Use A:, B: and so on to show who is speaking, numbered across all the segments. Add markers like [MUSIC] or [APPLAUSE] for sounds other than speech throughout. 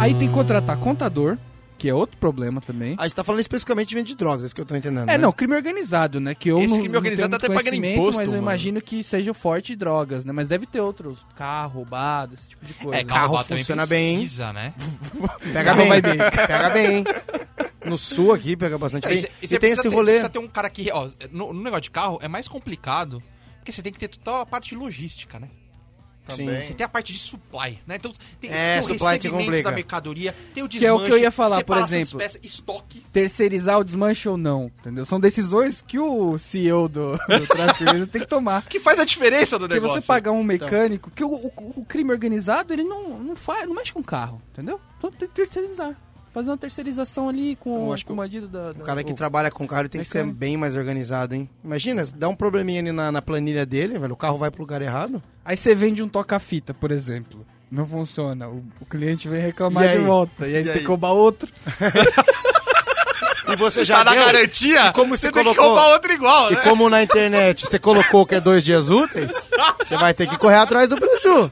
A: Aí tem que contratar contador, que é outro problema também.
B: Ah, você tá falando especificamente de venda de drogas, é isso que eu tô entendendo.
A: É,
B: né?
A: não, crime organizado, né? Que eu
C: Esse
A: não,
C: crime
A: não
C: organizado
A: tenho
C: tá até
A: muito
C: pagando
A: conhecimento,
C: imposto,
A: Mas eu
C: mano.
A: imagino que seja o forte de drogas, né? Mas deve ter outros. Carro, roubado, esse tipo de coisa.
D: É,
A: né?
B: carro
D: carro também
B: funciona
D: precisa, né?
B: Pega
A: Não
B: bem,
A: vai bem.
B: pega bem. No sul aqui pega bastante bem.
D: Aí cê-
B: E,
D: cê
B: tem
D: precisa
B: esse
D: ter-
B: rolê.
D: cê precisa ter um cara que, ó, no, no negócio de carro é mais complicado, porque você tem que ter total a parte de logística, né?
B: Também.
D: Você tem a parte de supply, né? Então tem,
B: É,
D: tem o
B: supply te
D: recebimento
B: complica.
D: da mercadoria, tem o
A: Que é o
D: desmanche,
A: que eu ia falar, por
D: separação de
A: exemplo.
D: Peças, estoque.
A: Terceirizar o desmanche ou não, entendeu? São decisões que o CEO do, do tráfico organizado tem que tomar.
D: Que faz a diferença do
A: Porque
D: negócio.
A: você pagar um mecânico, que o, o- o crime organizado, ele não, não faz, não mexe com o carro, entendeu? Então tem que terceirizar. Fazer uma terceirização ali com,
B: Eu acho
A: com o bandido da.
B: O um cara que trabalha com carro ele tem que ser bem mais organizado, hein? Imagina, dá um probleminha ali na, na planilha dele, velho, o carro vai pro lugar errado.
A: Aí você vende um toca-fita, por exemplo. Não funciona. O, o cliente vem reclamar
B: E
A: de
B: aí?
A: volta. E aí
B: E
A: você tem
B: aí?
A: que roubar outro.
B: E você
D: Tá
B: já
D: na
B: deu?
D: garantia,
B: E como você
D: você tem que
B: colocou?
D: roubar outro igual,
B: E
D: né?
B: como na internet você colocou que é dois dias úteis, você vai ter que correr atrás do preju.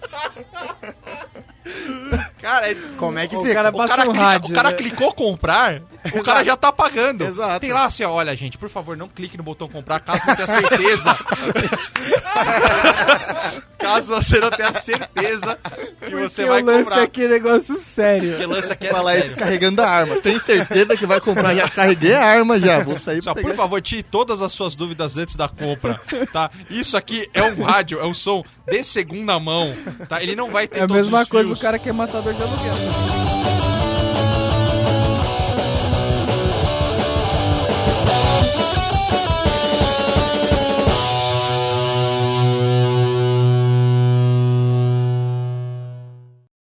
D: Cara, é-
B: Como é que
A: O
B: fica?
A: cara-
D: o
A: Passa
D: cara,
A: um
D: clica-
A: rádio,
D: o cara
A: né?
D: clicou comprar, o cara já tá pagando.
B: Exato.
D: Tem lá assim, ó, olha, gente, por favor, não clique no botão comprar caso não tenha certeza. [LAUGHS] caso você não tenha certeza que você
A: Porque
D: vai
A: o lance
D: comprar.
A: aqui é negócio sério.
D: Porque lance aqui é
E: Falar isso
D: sério.
E: carregando a arma. Tem certeza que vai comprar? Já carreguei a arma já. Vou sair
D: Só,
E: pra
D: por
E: pegar.
D: favor, tire todas as suas dúvidas antes da compra, tá? Isso aqui é um rádio, é um som de segunda mão, tá? Ele não vai ter
A: É a
D: todos
A: mesma
D: os
A: coisa
D: fios.
A: do cara que é matador de aluguel.